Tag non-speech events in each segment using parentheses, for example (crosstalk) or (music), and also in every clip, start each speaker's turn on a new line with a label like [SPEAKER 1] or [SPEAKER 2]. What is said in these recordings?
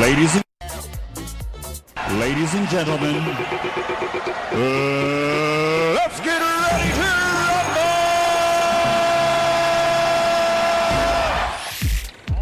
[SPEAKER 1] Ladies and ladies and gentlemen, uh, let's get ready to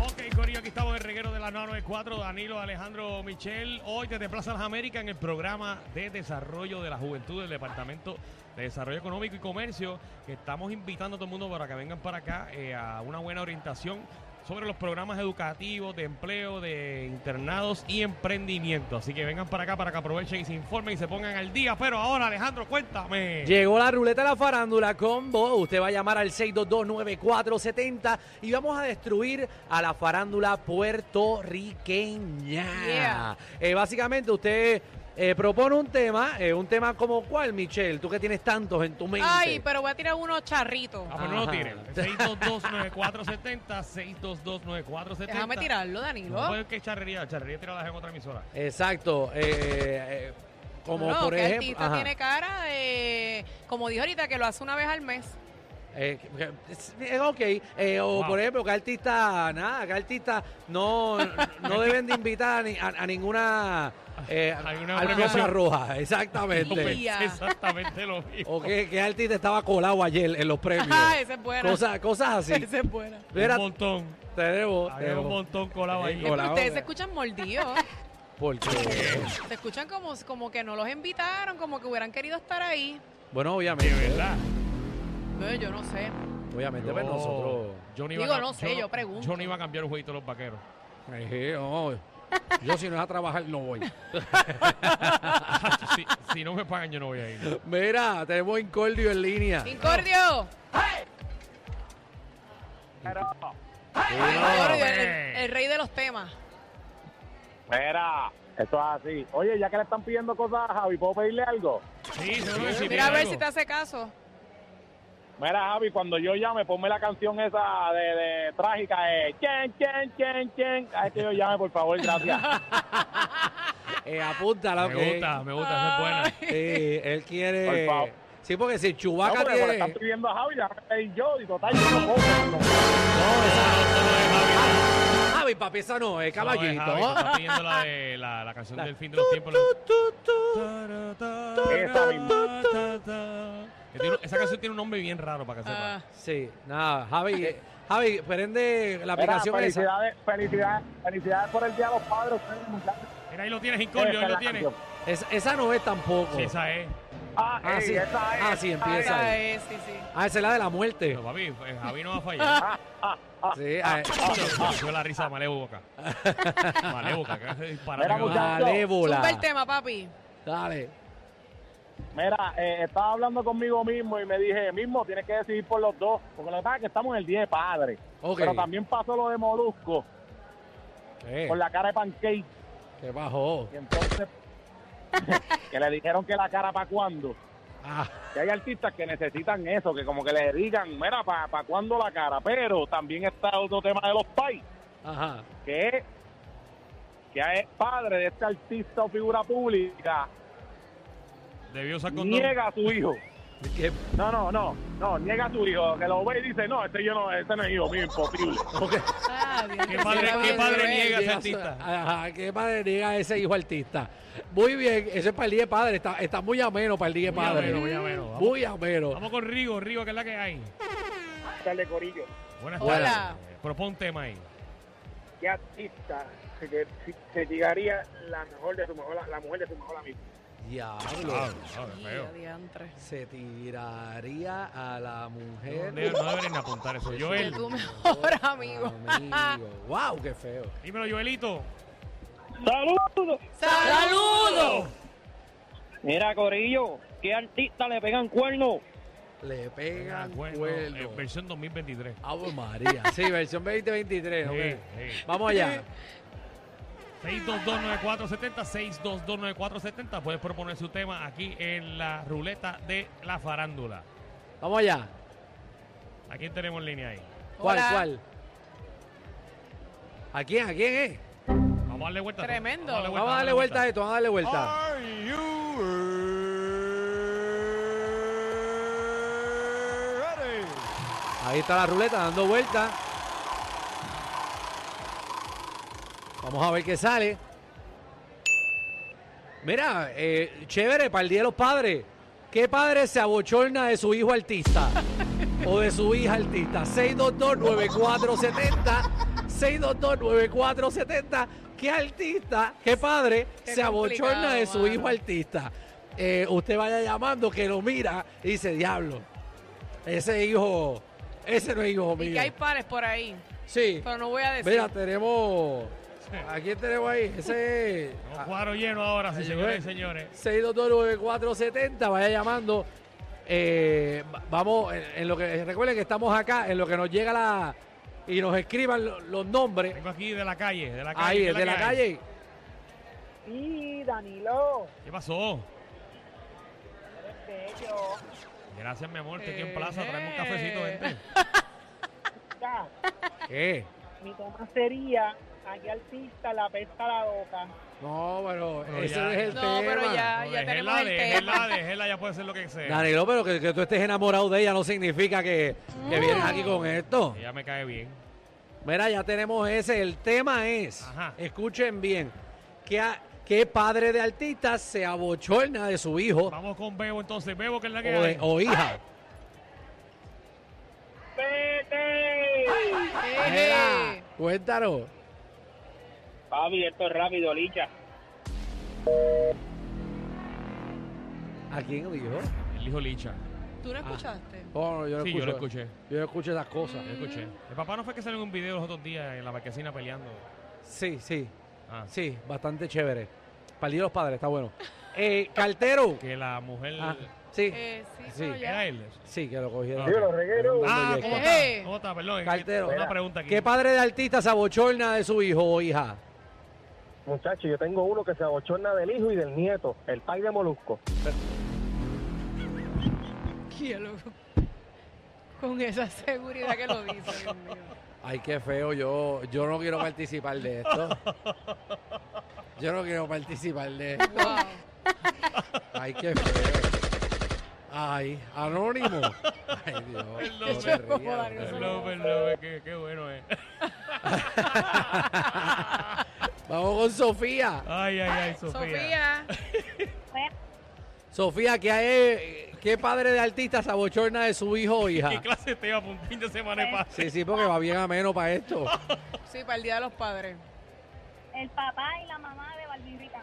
[SPEAKER 2] Ok, Corillo, aquí estamos en reguero de la 994, Danilo Alejandro Michel, hoy desde Plaza Las Américas en el programa de desarrollo de la juventud del Departamento de Desarrollo Económico y Comercio, que estamos invitando a todo el mundo para que vengan para acá eh, a una buena orientación sobre los programas educativos, de empleo, de internados y emprendimiento. Así que vengan para acá para que aprovechen y se informen y se pongan al día. Pero ahora, Alejandro, cuéntame.
[SPEAKER 3] Llegó la ruleta de la farándula combo. Usted va a llamar al 6229470 y vamos a destruir a la farándula puertorriqueña.
[SPEAKER 4] Yeah.
[SPEAKER 3] Eh, básicamente usted eh, propone un tema, eh, un tema como cuál, Michelle, tú que tienes tantos en tu mente.
[SPEAKER 4] Ay, pues. pero voy a tirar uno charrito.
[SPEAKER 2] Ah, pues no lo
[SPEAKER 3] Ajá.
[SPEAKER 2] tiren. 6229470, 6229470.
[SPEAKER 4] Déjame
[SPEAKER 2] pues,
[SPEAKER 4] tirarlo,
[SPEAKER 2] No,
[SPEAKER 4] Danilo.
[SPEAKER 2] pues que charrería, charrería tira las en otra emisora.
[SPEAKER 3] Exacto. eh, eh, como
[SPEAKER 4] No,
[SPEAKER 3] por
[SPEAKER 4] que
[SPEAKER 3] ejemplo.
[SPEAKER 4] artista
[SPEAKER 3] ajá.
[SPEAKER 4] tiene cara de, como dijo ahorita, que lo hace una vez al mes.
[SPEAKER 3] Eh, que- es- eh, ok, eh, o
[SPEAKER 2] Wow.
[SPEAKER 3] por ejemplo, que artista, nada, que artista no,
[SPEAKER 2] (laughs)
[SPEAKER 3] no deben de invitar a, ni- a- a ninguna eh,
[SPEAKER 2] Hay una
[SPEAKER 3] alfombra
[SPEAKER 2] premiación. Yo
[SPEAKER 3] roja,
[SPEAKER 2] (laughs)
[SPEAKER 3] exactamente.
[SPEAKER 2] pensé
[SPEAKER 4] Ya.
[SPEAKER 2] exactamente lo
[SPEAKER 4] (laughs)
[SPEAKER 2] mismo.
[SPEAKER 3] O que, que artista estaba colado ayer en los
[SPEAKER 2] (laughs)
[SPEAKER 3] premios.
[SPEAKER 4] Ajá, esa Ah, es buena.
[SPEAKER 3] Cosas, cosas así.
[SPEAKER 4] Esa es buena.
[SPEAKER 3] Mira,
[SPEAKER 2] Un montón.
[SPEAKER 3] tenemos,
[SPEAKER 2] Había un
[SPEAKER 3] tenemos-
[SPEAKER 2] montón colado ahí.
[SPEAKER 3] Eh, Hola,
[SPEAKER 4] Ustedes
[SPEAKER 3] hola.
[SPEAKER 4] se escuchan mordidos.
[SPEAKER 3] porque,
[SPEAKER 4] se escuchan como, como que no los invitaron, como que hubieran querido estar ahí.
[SPEAKER 3] bueno,
[SPEAKER 2] De
[SPEAKER 3] obviamente,
[SPEAKER 2] verdad.
[SPEAKER 4] Pero yo no sé.
[SPEAKER 3] obviamente, pues nosotros.
[SPEAKER 2] yo no
[SPEAKER 4] Digo,
[SPEAKER 2] cam-
[SPEAKER 4] no sé, yo pregunto.
[SPEAKER 2] Yo no iba a cambiar un jueguito de los vaqueros.
[SPEAKER 3] Eh, oh, yo si no es a trabajar
[SPEAKER 2] (laughs)
[SPEAKER 3] no voy. (laughs)
[SPEAKER 2] si, si no me pagan, yo no voy a
[SPEAKER 4] (laughs)
[SPEAKER 2] ir.
[SPEAKER 3] Mira, tenemos Incordio en línea.
[SPEAKER 4] ¡Incordio! Incordio, el, el- el rey de los temas.
[SPEAKER 5] Espera, esto es así. Oye, ya que le están pidiendo cosas a Javi, ¿puedo pedirle algo?
[SPEAKER 2] Sí, seguro que sí.
[SPEAKER 4] Mira a ver si te
[SPEAKER 2] algo.
[SPEAKER 4] hace caso.
[SPEAKER 5] Mira, Javi, cuando yo llame, ponme la canción esa de, de trágica, eh, chen, chen, chen, chen. A que yo llame, por favor, gracias.
[SPEAKER 3] (laughs) Eh, apúntala, ok.
[SPEAKER 2] Me gusta, me gusta, esa es buena.
[SPEAKER 4] (laughs)
[SPEAKER 3] Sí, él quiere.
[SPEAKER 5] Por favor.
[SPEAKER 3] Sí, porque si
[SPEAKER 5] No,
[SPEAKER 3] Chubaca
[SPEAKER 5] porque como le están
[SPEAKER 3] tiene.
[SPEAKER 5] pidiendo a Javi, ya me pedí yo, y total, yo no puedo.
[SPEAKER 3] Javi, Ah, papi, esa no es caballito.
[SPEAKER 2] No, es Javi,
[SPEAKER 3] (laughs)
[SPEAKER 2] está pidiendo la, de, la, la canción del fin de los tiempos. la-
[SPEAKER 3] Tu, tu.
[SPEAKER 5] Esa misma.
[SPEAKER 2] Que tiene- Esa canción tiene un nombre bien raro para que
[SPEAKER 4] Ah.
[SPEAKER 2] sepa.
[SPEAKER 3] Sí, nada, Javi.
[SPEAKER 5] (laughs)
[SPEAKER 3] eh, Javi, prende la
[SPEAKER 5] Mira,
[SPEAKER 3] aplicación esa.
[SPEAKER 5] felicidades, felicidades, felicidades por el Día de los Padres. ustedes, muchachos.
[SPEAKER 2] Mira, ahí lo tienes,
[SPEAKER 5] Esa
[SPEAKER 2] Incordio,
[SPEAKER 5] es
[SPEAKER 2] ahí
[SPEAKER 5] la
[SPEAKER 2] lo tienes.
[SPEAKER 5] canción.
[SPEAKER 3] Es- esa no es tampoco.
[SPEAKER 2] Sí, esa es.
[SPEAKER 5] Ah,
[SPEAKER 3] Ah,
[SPEAKER 5] ey,
[SPEAKER 3] sí.
[SPEAKER 5] esa es,
[SPEAKER 3] Ah, sí,
[SPEAKER 5] esa
[SPEAKER 3] empieza.
[SPEAKER 5] es.
[SPEAKER 4] Esa
[SPEAKER 3] ahí.
[SPEAKER 4] es, sí, sí.
[SPEAKER 3] Ah, esa es la de la muerte.
[SPEAKER 2] Pero papi, eh, Javi no va a
[SPEAKER 5] Ah.
[SPEAKER 2] fallar.
[SPEAKER 3] Sí, ah,
[SPEAKER 2] Yo- Yo la risa malévoca. Malévoca, que hace disparate
[SPEAKER 5] Mira,
[SPEAKER 2] que va a-
[SPEAKER 5] muchacho.
[SPEAKER 4] Zumba el
[SPEAKER 3] malévola.
[SPEAKER 4] tema, papi.
[SPEAKER 3] Dale.
[SPEAKER 5] Mira, eh, estaba hablando conmigo mismo y me dije, mismo, tienes que decidir por los dos, porque lo que pasa es que estamos en el Día de Padres.
[SPEAKER 3] Ok.
[SPEAKER 5] Pero también pasó lo de Molusco
[SPEAKER 3] ¿Qué?
[SPEAKER 5] con la cara de pancake.
[SPEAKER 3] ¿Qué bajó?
[SPEAKER 5] Y entonces, (laughs) que le dijeron que la cara para cuándo.
[SPEAKER 3] Ah,
[SPEAKER 5] Que hay artistas que necesitan eso, que como que les digan, mira, para pa cuándo la cara. Pero también está otro tema de los pais,
[SPEAKER 3] ajá.
[SPEAKER 5] que es que es padre de este artista o figura pública,
[SPEAKER 2] Debió usar condón.
[SPEAKER 5] niega a su hijo.
[SPEAKER 3] ¿Qué?
[SPEAKER 5] No, no, no, no, niega a su hijo, que lo ve y dice, no, este yo no, este no es hijo mío, imposible.
[SPEAKER 3] Ok.
[SPEAKER 4] Ah, Dios
[SPEAKER 2] ¿Qué
[SPEAKER 4] mío,
[SPEAKER 2] padre-
[SPEAKER 4] será
[SPEAKER 2] qué
[SPEAKER 4] bien
[SPEAKER 2] padre
[SPEAKER 4] cruel.
[SPEAKER 2] niega? Diga ese
[SPEAKER 3] Diga,
[SPEAKER 2] artista.
[SPEAKER 3] Ajá, qué padre niega a ese hijo artista. Muy bien, eso es para el día de padre. Está, está muy ameno para el día de
[SPEAKER 2] Muy
[SPEAKER 3] padre.
[SPEAKER 2] ameno, muy ameno. Vamos-
[SPEAKER 3] Muy ameno.
[SPEAKER 2] Vamos con Rigo, Rigo, que es la que hay.
[SPEAKER 5] Dale, Corillo,
[SPEAKER 2] Buenas
[SPEAKER 4] Hola.
[SPEAKER 2] tardes. Propón tema ahí.
[SPEAKER 5] ¿qué artista se, llegaría la mejor de su mejor, la mujer de su mejor amigo?
[SPEAKER 3] Diablo.
[SPEAKER 2] Ah, ah, feo.
[SPEAKER 4] Diantre.
[SPEAKER 3] Se tiraría a la mujer.
[SPEAKER 2] No, no deberían apuntar eso.
[SPEAKER 4] Que
[SPEAKER 2] Joel,
[SPEAKER 4] tú mejor, amigo.
[SPEAKER 3] Amigo. wow, qué feo.
[SPEAKER 2] dímelo, Joelito.
[SPEAKER 5] ¡Saludos!
[SPEAKER 4] ¡Saludos!
[SPEAKER 5] Mira, Corillo, ¿qué artista le pegan cuernos?
[SPEAKER 3] Le
[SPEAKER 2] Venga,
[SPEAKER 3] pegan
[SPEAKER 2] Ah, bueno,
[SPEAKER 3] cuerno.
[SPEAKER 2] eh, versión 2023.
[SPEAKER 3] Ave María. Sí, versión 2023. ok.
[SPEAKER 2] Sí, sí.
[SPEAKER 3] Vamos allá.
[SPEAKER 2] 6229470, 6229470. Puedes proponer su tema aquí en la ruleta de la farándula.
[SPEAKER 3] Vamos allá.
[SPEAKER 2] ¿A quién tenemos en línea ahí?
[SPEAKER 3] ¿Cuál,
[SPEAKER 4] Hola.
[SPEAKER 3] cuál? ¿A quién? ¿A quién es?
[SPEAKER 2] Vamos a darle vuelta. a esto.
[SPEAKER 4] Tremendo.
[SPEAKER 3] Vamos a darle vuelta a esto, vamos a darle vuelta.
[SPEAKER 2] Are you ready?
[SPEAKER 3] Ahí está la ruleta dando vuelta. Vamos a ver qué sale. Mira, eh, chévere, para el Día de los Padres. ¿Qué padre se abochorna de su hijo
[SPEAKER 4] (laughs)
[SPEAKER 3] artista? o de su hija artista. 6229470. 6229470. ¿Qué artista, qué padre
[SPEAKER 4] Qué
[SPEAKER 3] se abochorna de su
[SPEAKER 4] complicado,
[SPEAKER 3] hijo
[SPEAKER 4] mano.
[SPEAKER 3] artista? Eh, usted vaya llamando, que lo mira y dice, diablo, ese hijo, ese no es hijo mío.
[SPEAKER 4] Y que hay pares por ahí,
[SPEAKER 3] Sí.
[SPEAKER 4] pero no voy a decir.
[SPEAKER 3] Mira, tenemos. ¿A quién tenemos ahí? Ese.
[SPEAKER 2] Un cuadro lleno ahora, sí,
[SPEAKER 3] Ay,
[SPEAKER 2] señores y
[SPEAKER 3] Joel.
[SPEAKER 2] señores.
[SPEAKER 3] 6229470, vaya llamando. Eh, va- vamos, en, en lo que recuerden que estamos acá, en lo que nos llega la y nos escriban lo- los nombres.
[SPEAKER 2] Tengo aquí de la calle, de la calle.
[SPEAKER 3] Ahí, de la calle.
[SPEAKER 6] Sí, Danilo.
[SPEAKER 2] ¿Qué pasó?
[SPEAKER 6] Bello.
[SPEAKER 2] Gracias, mi amor. Estoy aquí en
[SPEAKER 4] Eh,
[SPEAKER 2] plaza. Traemos un cafecito,
[SPEAKER 4] eh.
[SPEAKER 2] vente.
[SPEAKER 6] Ya,
[SPEAKER 3] ¿Qué?
[SPEAKER 6] mi tema sería, ¿a qué artista la pesta la boca?
[SPEAKER 3] No, pero
[SPEAKER 2] Pero
[SPEAKER 3] ese
[SPEAKER 2] ya,
[SPEAKER 3] no es el
[SPEAKER 4] No,
[SPEAKER 3] tema.
[SPEAKER 4] pero ya,
[SPEAKER 2] No,
[SPEAKER 4] ya tenemos
[SPEAKER 2] déjela,
[SPEAKER 4] el
[SPEAKER 2] déjela,
[SPEAKER 4] tema.
[SPEAKER 2] déjela, ya puede ser lo que sea.
[SPEAKER 3] Danilo, pero que, que tú estés enamorado de ella no significa que, que vienes aquí con esto.
[SPEAKER 2] Ella me cae bien.
[SPEAKER 3] Mira, ya tenemos ese. El tema es,
[SPEAKER 2] Ajá.
[SPEAKER 3] escuchen bien, que a- ¿qué padre de artista se abochorna de su hijo
[SPEAKER 2] Vamos con Bebo entonces. Bebo, que es la
[SPEAKER 3] o,
[SPEAKER 2] que
[SPEAKER 3] de-
[SPEAKER 2] hay.
[SPEAKER 3] o hija?
[SPEAKER 5] ¡Vete!
[SPEAKER 4] Eh,
[SPEAKER 3] Mira, cuéntanos.
[SPEAKER 5] Papi, esto es rápido, Licha.
[SPEAKER 3] ¿A quién dijo?
[SPEAKER 2] El hijo Licha.
[SPEAKER 4] ¿Tú no
[SPEAKER 2] Ah.
[SPEAKER 4] escuchaste?
[SPEAKER 3] Oh, no, yo no
[SPEAKER 2] Sí, yo
[SPEAKER 3] escucho.
[SPEAKER 2] lo escuché.
[SPEAKER 3] Yo no escucho esas cosas.
[SPEAKER 2] Yo escuché. El papá no fue que salió en un video los otros días en la marquesina peleando.
[SPEAKER 3] Sí, sí,
[SPEAKER 2] Ah,
[SPEAKER 3] sí, bastante chévere. Para el Día de los padres, está
[SPEAKER 2] (laughs)
[SPEAKER 3] bueno. Eh, cartero.
[SPEAKER 2] que la mujer.
[SPEAKER 3] Ah, sí,
[SPEAKER 4] Eh, sí,
[SPEAKER 3] Sí.
[SPEAKER 4] pero ya. (laughs)
[SPEAKER 2] Era él.
[SPEAKER 3] sí, que lo cogieron.
[SPEAKER 2] Sí, los
[SPEAKER 3] regueros.
[SPEAKER 2] Ah, ¿cómo
[SPEAKER 4] Ey.
[SPEAKER 2] está? ¿Cómo está? Perdón. es que
[SPEAKER 3] Cartero.
[SPEAKER 2] Una pregunta aquí.
[SPEAKER 3] ¿Qué padre de artista se abochorna de su hijo o hija?
[SPEAKER 7] Muchachos, yo tengo uno que se abochorna del hijo y del nieto, el pay de Molusco.
[SPEAKER 4] Qué loco. Con esa seguridad que lo dice, Dios mío.
[SPEAKER 3] Ay, qué feo, yo, yo no quiero participar de esto. Yo no quiero participar de esto.
[SPEAKER 4] Wow.
[SPEAKER 3] Ay, qué feo. Ay, anónimo. Ay, Dios. no me
[SPEAKER 4] Yo como
[SPEAKER 3] ría,
[SPEAKER 4] Darío
[SPEAKER 3] no me ría.
[SPEAKER 2] Perdón, perdón. es que- Qué bueno eh. es.
[SPEAKER 3] (laughs) Vamos con Sofía.
[SPEAKER 2] Ay, ay, ay, Sofía.
[SPEAKER 4] Sofía.
[SPEAKER 3] Sofía, ¿qué, hay- eh, qué padre de artista se abochorna de su hijo
[SPEAKER 2] (laughs)
[SPEAKER 3] o
[SPEAKER 2] ¿Qué
[SPEAKER 3] hija?
[SPEAKER 2] clase te iba a un fin de semana de paz?
[SPEAKER 3] Sí, sí, porque va bien ameno para esto.
[SPEAKER 4] Sí, para el Día de los Padres.
[SPEAKER 6] El papá y la mamá de Barbie Rican.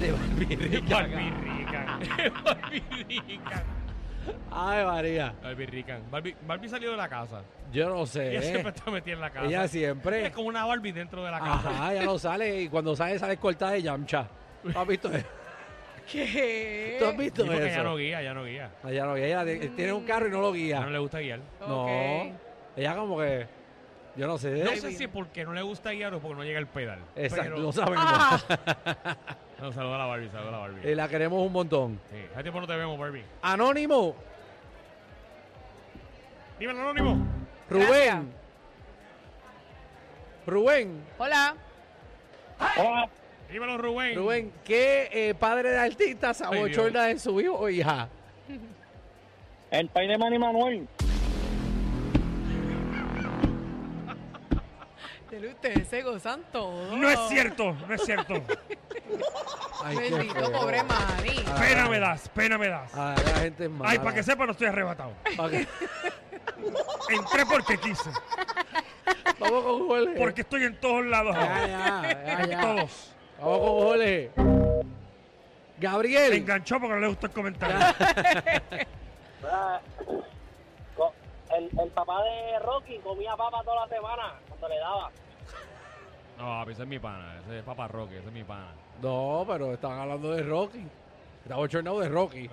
[SPEAKER 3] De Barbie Rica.
[SPEAKER 2] Barbie (laughs) Rican. Barbie Rican.
[SPEAKER 3] Ay, María.
[SPEAKER 2] Barbie Rican. Barbie, Barbie salió de la casa.
[SPEAKER 3] Yo no
[SPEAKER 2] Ella
[SPEAKER 3] sé.
[SPEAKER 2] siempre
[SPEAKER 3] ¿eh?
[SPEAKER 2] está metida en la casa.
[SPEAKER 3] Ella siempre.
[SPEAKER 2] Es como una Barbie dentro de la (laughs) casa.
[SPEAKER 3] Ajá, ya no sale. Y cuando sale, sale cortada de Yamcha. ¿Tú has visto eso?
[SPEAKER 4] ¿Qué?
[SPEAKER 3] ¿Tú has
[SPEAKER 2] Sí,
[SPEAKER 3] visto
[SPEAKER 2] porque ella no
[SPEAKER 3] eso?
[SPEAKER 2] guía, ella no guía.
[SPEAKER 3] Ah, ya no, ella de- tiene un carro y no lo
[SPEAKER 2] A ella no
[SPEAKER 3] guía.
[SPEAKER 2] le gusta guiar.
[SPEAKER 3] No.
[SPEAKER 4] Ok.
[SPEAKER 3] Ella como que... Yo no sé.
[SPEAKER 2] No sé si porque no le gusta guiar o porque no llega el pedal.
[SPEAKER 3] Exacto,
[SPEAKER 2] Pero-
[SPEAKER 3] no sabemos.
[SPEAKER 4] Ah.
[SPEAKER 3] (laughs)
[SPEAKER 2] No, saluda a la Barbie, saluda a la Barbie.
[SPEAKER 3] Y la queremos un montón.
[SPEAKER 2] Sí, hace tiempo no te vemos, Barbie.
[SPEAKER 3] Anónimo,
[SPEAKER 2] Dímelo, Anónimo.
[SPEAKER 3] Rubén. Rubén,
[SPEAKER 4] Hola.
[SPEAKER 5] Hola.
[SPEAKER 2] Dímelo, Rubén.
[SPEAKER 3] Rubén, ¿qué eh, padre de artista se
[SPEAKER 2] Ay, Dios.
[SPEAKER 3] abochorna de su hijo o hija?
[SPEAKER 5] El pay de Manny Manuel.
[SPEAKER 4] Dele, Ustedes se gozan todo.
[SPEAKER 2] No es cierto, no es (laughs) cierto.
[SPEAKER 3] Ay, qué
[SPEAKER 4] Bendito,
[SPEAKER 3] feo.
[SPEAKER 4] pobre Mari.
[SPEAKER 2] pena me das, pena me das.
[SPEAKER 3] Ay, la gente es mala.
[SPEAKER 2] Ay, para que sepa, no estoy arrebatado.
[SPEAKER 3] Pa' que-
[SPEAKER 2] Entré porque quise,
[SPEAKER 3] Vamos con Jorge.
[SPEAKER 2] porque estoy en todos lados.
[SPEAKER 3] Ya,
[SPEAKER 2] ahora.
[SPEAKER 3] ya, ya,
[SPEAKER 2] En
[SPEAKER 3] ya.
[SPEAKER 2] todos.
[SPEAKER 3] Vamos con Jorge. Gabriel.
[SPEAKER 8] Se enganchó porque no le gustó el
[SPEAKER 2] (laughs)
[SPEAKER 8] comentario.
[SPEAKER 9] Co- el, el papá de Rocky comía papa toda la semana cuando le daba.
[SPEAKER 5] (laughs)
[SPEAKER 2] No, ese es mi pana, ese es Papá Roque, ese es mi pana.
[SPEAKER 3] No, pero estaban hablando de Rocky. Estaba bochornado de Rocky.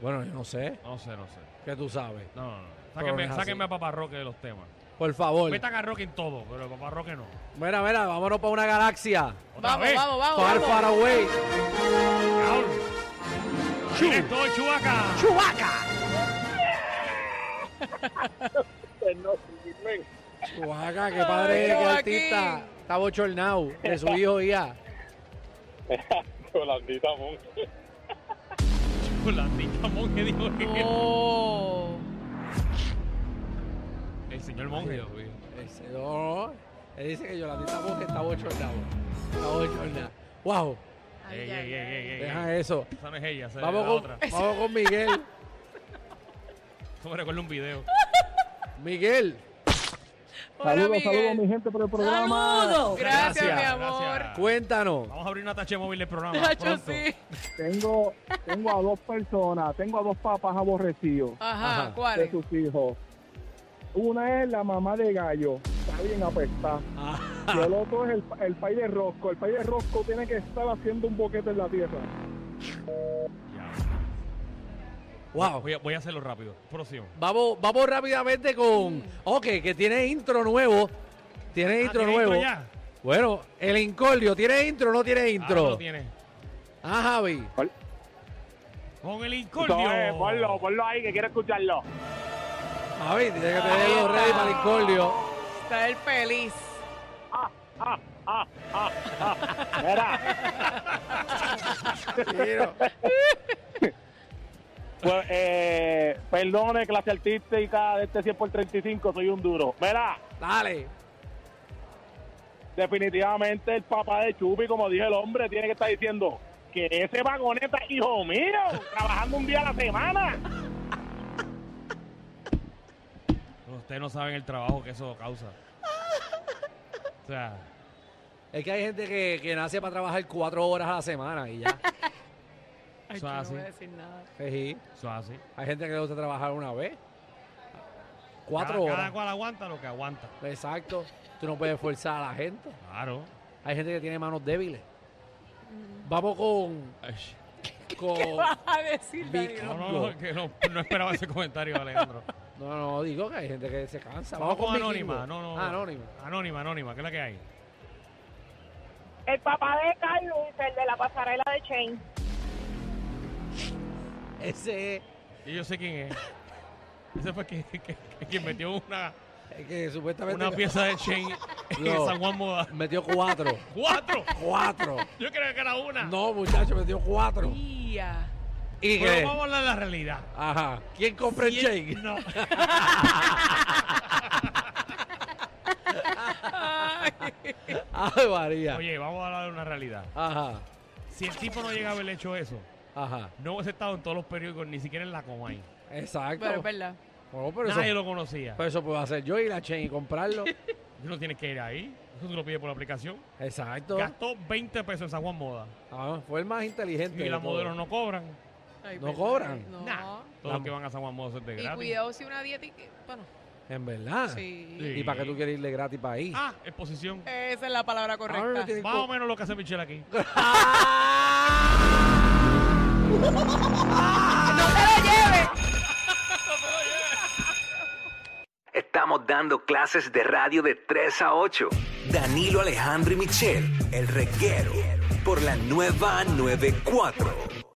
[SPEAKER 3] Bueno, yo no sé.
[SPEAKER 2] No sé, no sé.
[SPEAKER 3] Que tú sabes.
[SPEAKER 2] No, no.
[SPEAKER 3] Pero no
[SPEAKER 2] Sáquenme,
[SPEAKER 3] es
[SPEAKER 2] sáquenme a
[SPEAKER 3] así.
[SPEAKER 2] Papá Roque de los temas.
[SPEAKER 3] Por favor.
[SPEAKER 2] Metan a Roque en todo, pero a Papá Roque no.
[SPEAKER 3] Mira, mira, vámonos para una galaxia.
[SPEAKER 2] Otra vez.
[SPEAKER 3] Far, far away.
[SPEAKER 2] Directo de Chubaca.
[SPEAKER 3] Chubaca, qué padre, qué
[SPEAKER 5] Joaquín.
[SPEAKER 3] artista. Está bochornado de su hijo ya.
[SPEAKER 5] Yolandita Monge.
[SPEAKER 2] Yolandita Monge dijo que.
[SPEAKER 4] No.
[SPEAKER 2] El señor Monge. Dios mío.
[SPEAKER 3] Ese, No, él dice que Yolandita Monge está bochornado. Está bochornado. Wow.
[SPEAKER 2] Ey, ey, ey, ey, ey,
[SPEAKER 3] Deja
[SPEAKER 2] ey.
[SPEAKER 3] eso.
[SPEAKER 2] Esa no es ella, esa es la
[SPEAKER 3] Vamos
[SPEAKER 2] otra.
[SPEAKER 3] con, vamos con Miguel.
[SPEAKER 2] Eso me recuerda un video.
[SPEAKER 3] Miguel.
[SPEAKER 2] Saludos, saludos, mi
[SPEAKER 3] gente por el
[SPEAKER 2] programa. Saludos. Gracias, mi amor.
[SPEAKER 3] Cuéntanos.
[SPEAKER 2] Vamos a abrir una tache móvil del programa.
[SPEAKER 3] Nacho,
[SPEAKER 2] pronto.
[SPEAKER 3] sí.
[SPEAKER 6] Tengo, tengo a dos personas, tengo a dos papás aborrecidos.
[SPEAKER 4] Ajá, Ajá.
[SPEAKER 6] De
[SPEAKER 4] ¿cuáles?
[SPEAKER 6] sus hijos. Una es la mamá de Gallo, está bien apestada.
[SPEAKER 3] Ah,
[SPEAKER 6] Y el otro es el, pa- el país de Rosco. El país de Rosco tiene que estar haciendo un boquete en la tierra.
[SPEAKER 2] Wow. Voy a, voy a hacerlo rápido. Próximo.
[SPEAKER 3] Vamos, vamos rápidamente con. Ok, que tiene intro nuevo. Tiene
[SPEAKER 2] Ah,
[SPEAKER 3] intro
[SPEAKER 2] ¿tiene
[SPEAKER 3] nuevo.
[SPEAKER 2] intro ya?
[SPEAKER 3] Bueno, el incordio, ¿tiene intro o no tiene
[SPEAKER 2] Ah,
[SPEAKER 3] intro?
[SPEAKER 2] lo tiene.
[SPEAKER 3] Ah, Javi.
[SPEAKER 2] Con el
[SPEAKER 5] No, eh,
[SPEAKER 2] incordio.
[SPEAKER 5] ponlo, ponlo ahí que quiero escucharlo.
[SPEAKER 3] Javi, tiene que tenerlo ready para el incordio.
[SPEAKER 4] Está él feliz.
[SPEAKER 5] (laughs) Pues, eh, perdone, clase artística de este 100 por 35, soy un duro. Mira,
[SPEAKER 3] Dale.
[SPEAKER 5] definitivamente el papá de Chupi, como dije el hombre, tiene que estar diciendo que ese vagoneta, es hijo mío, trabajando un día a la semana.
[SPEAKER 2] Ustedes no saben el trabajo que eso causa. O sea,
[SPEAKER 3] Es que hay gente que, que nace para trabajar cuatro horas a la semana y ya.
[SPEAKER 4] (laughs) Ay,
[SPEAKER 3] Eso
[SPEAKER 4] yo no
[SPEAKER 3] así.
[SPEAKER 4] voy a decir nada.
[SPEAKER 3] Sí.
[SPEAKER 2] eso es así.
[SPEAKER 3] Hay gente que le gusta trabajar una vez. Cuatro
[SPEAKER 2] Cada-
[SPEAKER 3] horas.
[SPEAKER 2] Cada cual aguanta lo que aguanta.
[SPEAKER 3] Exacto. Tú no puedes forzar a la gente.
[SPEAKER 2] Claro.
[SPEAKER 3] Hay gente que tiene manos débiles. Vamos con.
[SPEAKER 4] (laughs) ¿Qué
[SPEAKER 3] con
[SPEAKER 4] vas a decir, Danilo?
[SPEAKER 2] No, no, no, que no, no esperaba ese comentario,
[SPEAKER 3] (laughs)
[SPEAKER 2] Alejandro.
[SPEAKER 3] no, no, digo que hay gente que se cansa.
[SPEAKER 2] Vamos con
[SPEAKER 3] Vikingo.
[SPEAKER 2] Anónima. No, no.
[SPEAKER 3] Ah, Anónima.
[SPEAKER 2] Anónima, Anónima, ¿qué es la que hay?
[SPEAKER 10] El papá de Carlos, el de la pasarela de Chain.
[SPEAKER 3] Ese es.
[SPEAKER 2] Y yo sé quién es. Ese fue quien, que- que- quien metió una,
[SPEAKER 3] es que supuestamente.
[SPEAKER 2] una pieza de Shane en
[SPEAKER 3] No,
[SPEAKER 2] San Juan Moda. (laughs)
[SPEAKER 3] Metió cuatro.
[SPEAKER 2] ¡Cuatro!
[SPEAKER 3] cuatro.
[SPEAKER 2] Yo creía que era una.
[SPEAKER 3] No, muchacho, metió cuatro.
[SPEAKER 4] Tía.
[SPEAKER 3] ¿Y
[SPEAKER 2] Pero
[SPEAKER 3] qué?
[SPEAKER 2] vamos a hablar de la realidad.
[SPEAKER 3] Ajá. ¿Quién compra el shake? (laughs)
[SPEAKER 2] No.
[SPEAKER 3] Ay, María.
[SPEAKER 2] Oye, vamos a hablar de una realidad.
[SPEAKER 3] Ajá.
[SPEAKER 2] Si el tipo no llega a haber hecho eso,
[SPEAKER 3] Ajá.
[SPEAKER 2] no hubiese estado en todos los periódicos, ni siquiera en la Comay.
[SPEAKER 3] Exacto.
[SPEAKER 4] Pero es verdad.
[SPEAKER 3] No, Oh, pero
[SPEAKER 2] Nadie
[SPEAKER 3] eso,
[SPEAKER 2] lo conocía.
[SPEAKER 3] pero eso puedo hacer yo y la chain
[SPEAKER 2] (laughs)
[SPEAKER 3] y comprarlo.
[SPEAKER 2] Tú no tienes que ir ahí. Eso tú lo pides por la aplicación.
[SPEAKER 3] Exacto.
[SPEAKER 2] Gastó 20 pesos en San Juan Moda.
[SPEAKER 3] Ah, fue el más inteligente.
[SPEAKER 2] Y
[SPEAKER 3] de
[SPEAKER 2] las
[SPEAKER 3] todos.
[SPEAKER 2] modelos no cobran.
[SPEAKER 4] Ay,
[SPEAKER 3] No
[SPEAKER 4] verdad,
[SPEAKER 3] cobran.
[SPEAKER 4] No.
[SPEAKER 2] Nah. Todos los que van a San Juan Moda son de
[SPEAKER 4] Y
[SPEAKER 2] gratis.
[SPEAKER 4] cuidado si una dieta. y que- Bueno,
[SPEAKER 3] En verdad.
[SPEAKER 4] sí.
[SPEAKER 3] ¿Y para qué tú quieres irle gratis para ahí?
[SPEAKER 2] Ah, exposición.
[SPEAKER 4] Esa es la palabra
[SPEAKER 3] Ahora
[SPEAKER 4] correcta.
[SPEAKER 3] no tienen
[SPEAKER 2] Más o menos lo que hace Michelle aquí. (laughs)
[SPEAKER 3] (laughs)
[SPEAKER 11] Estamos dando clases de radio de 3 a 8. Danilo Alejandro y Michel, el reguero, por la nueva 94.